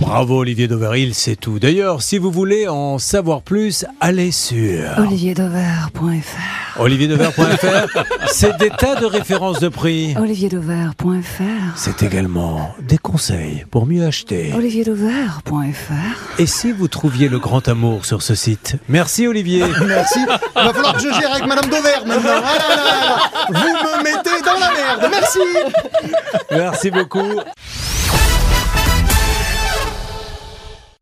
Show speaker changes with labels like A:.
A: Bravo Olivier Doveril, c'est tout. D'ailleurs, si vous voulez en savoir plus, allez sur
B: olivierdover.fr
A: olivierdover.fr. c'est des tas de références de prix.
B: olivierdover.fr
A: C'est également des conseils pour mieux acheter.
B: olivierdover.fr
A: Et si vous trouviez le grand amour sur ce site Merci Olivier.
C: Merci. Il va falloir que je gère avec Madame Dover maintenant. Ah là là là là. Vous me mettez dans la merde. Merci.
A: Merci beaucoup.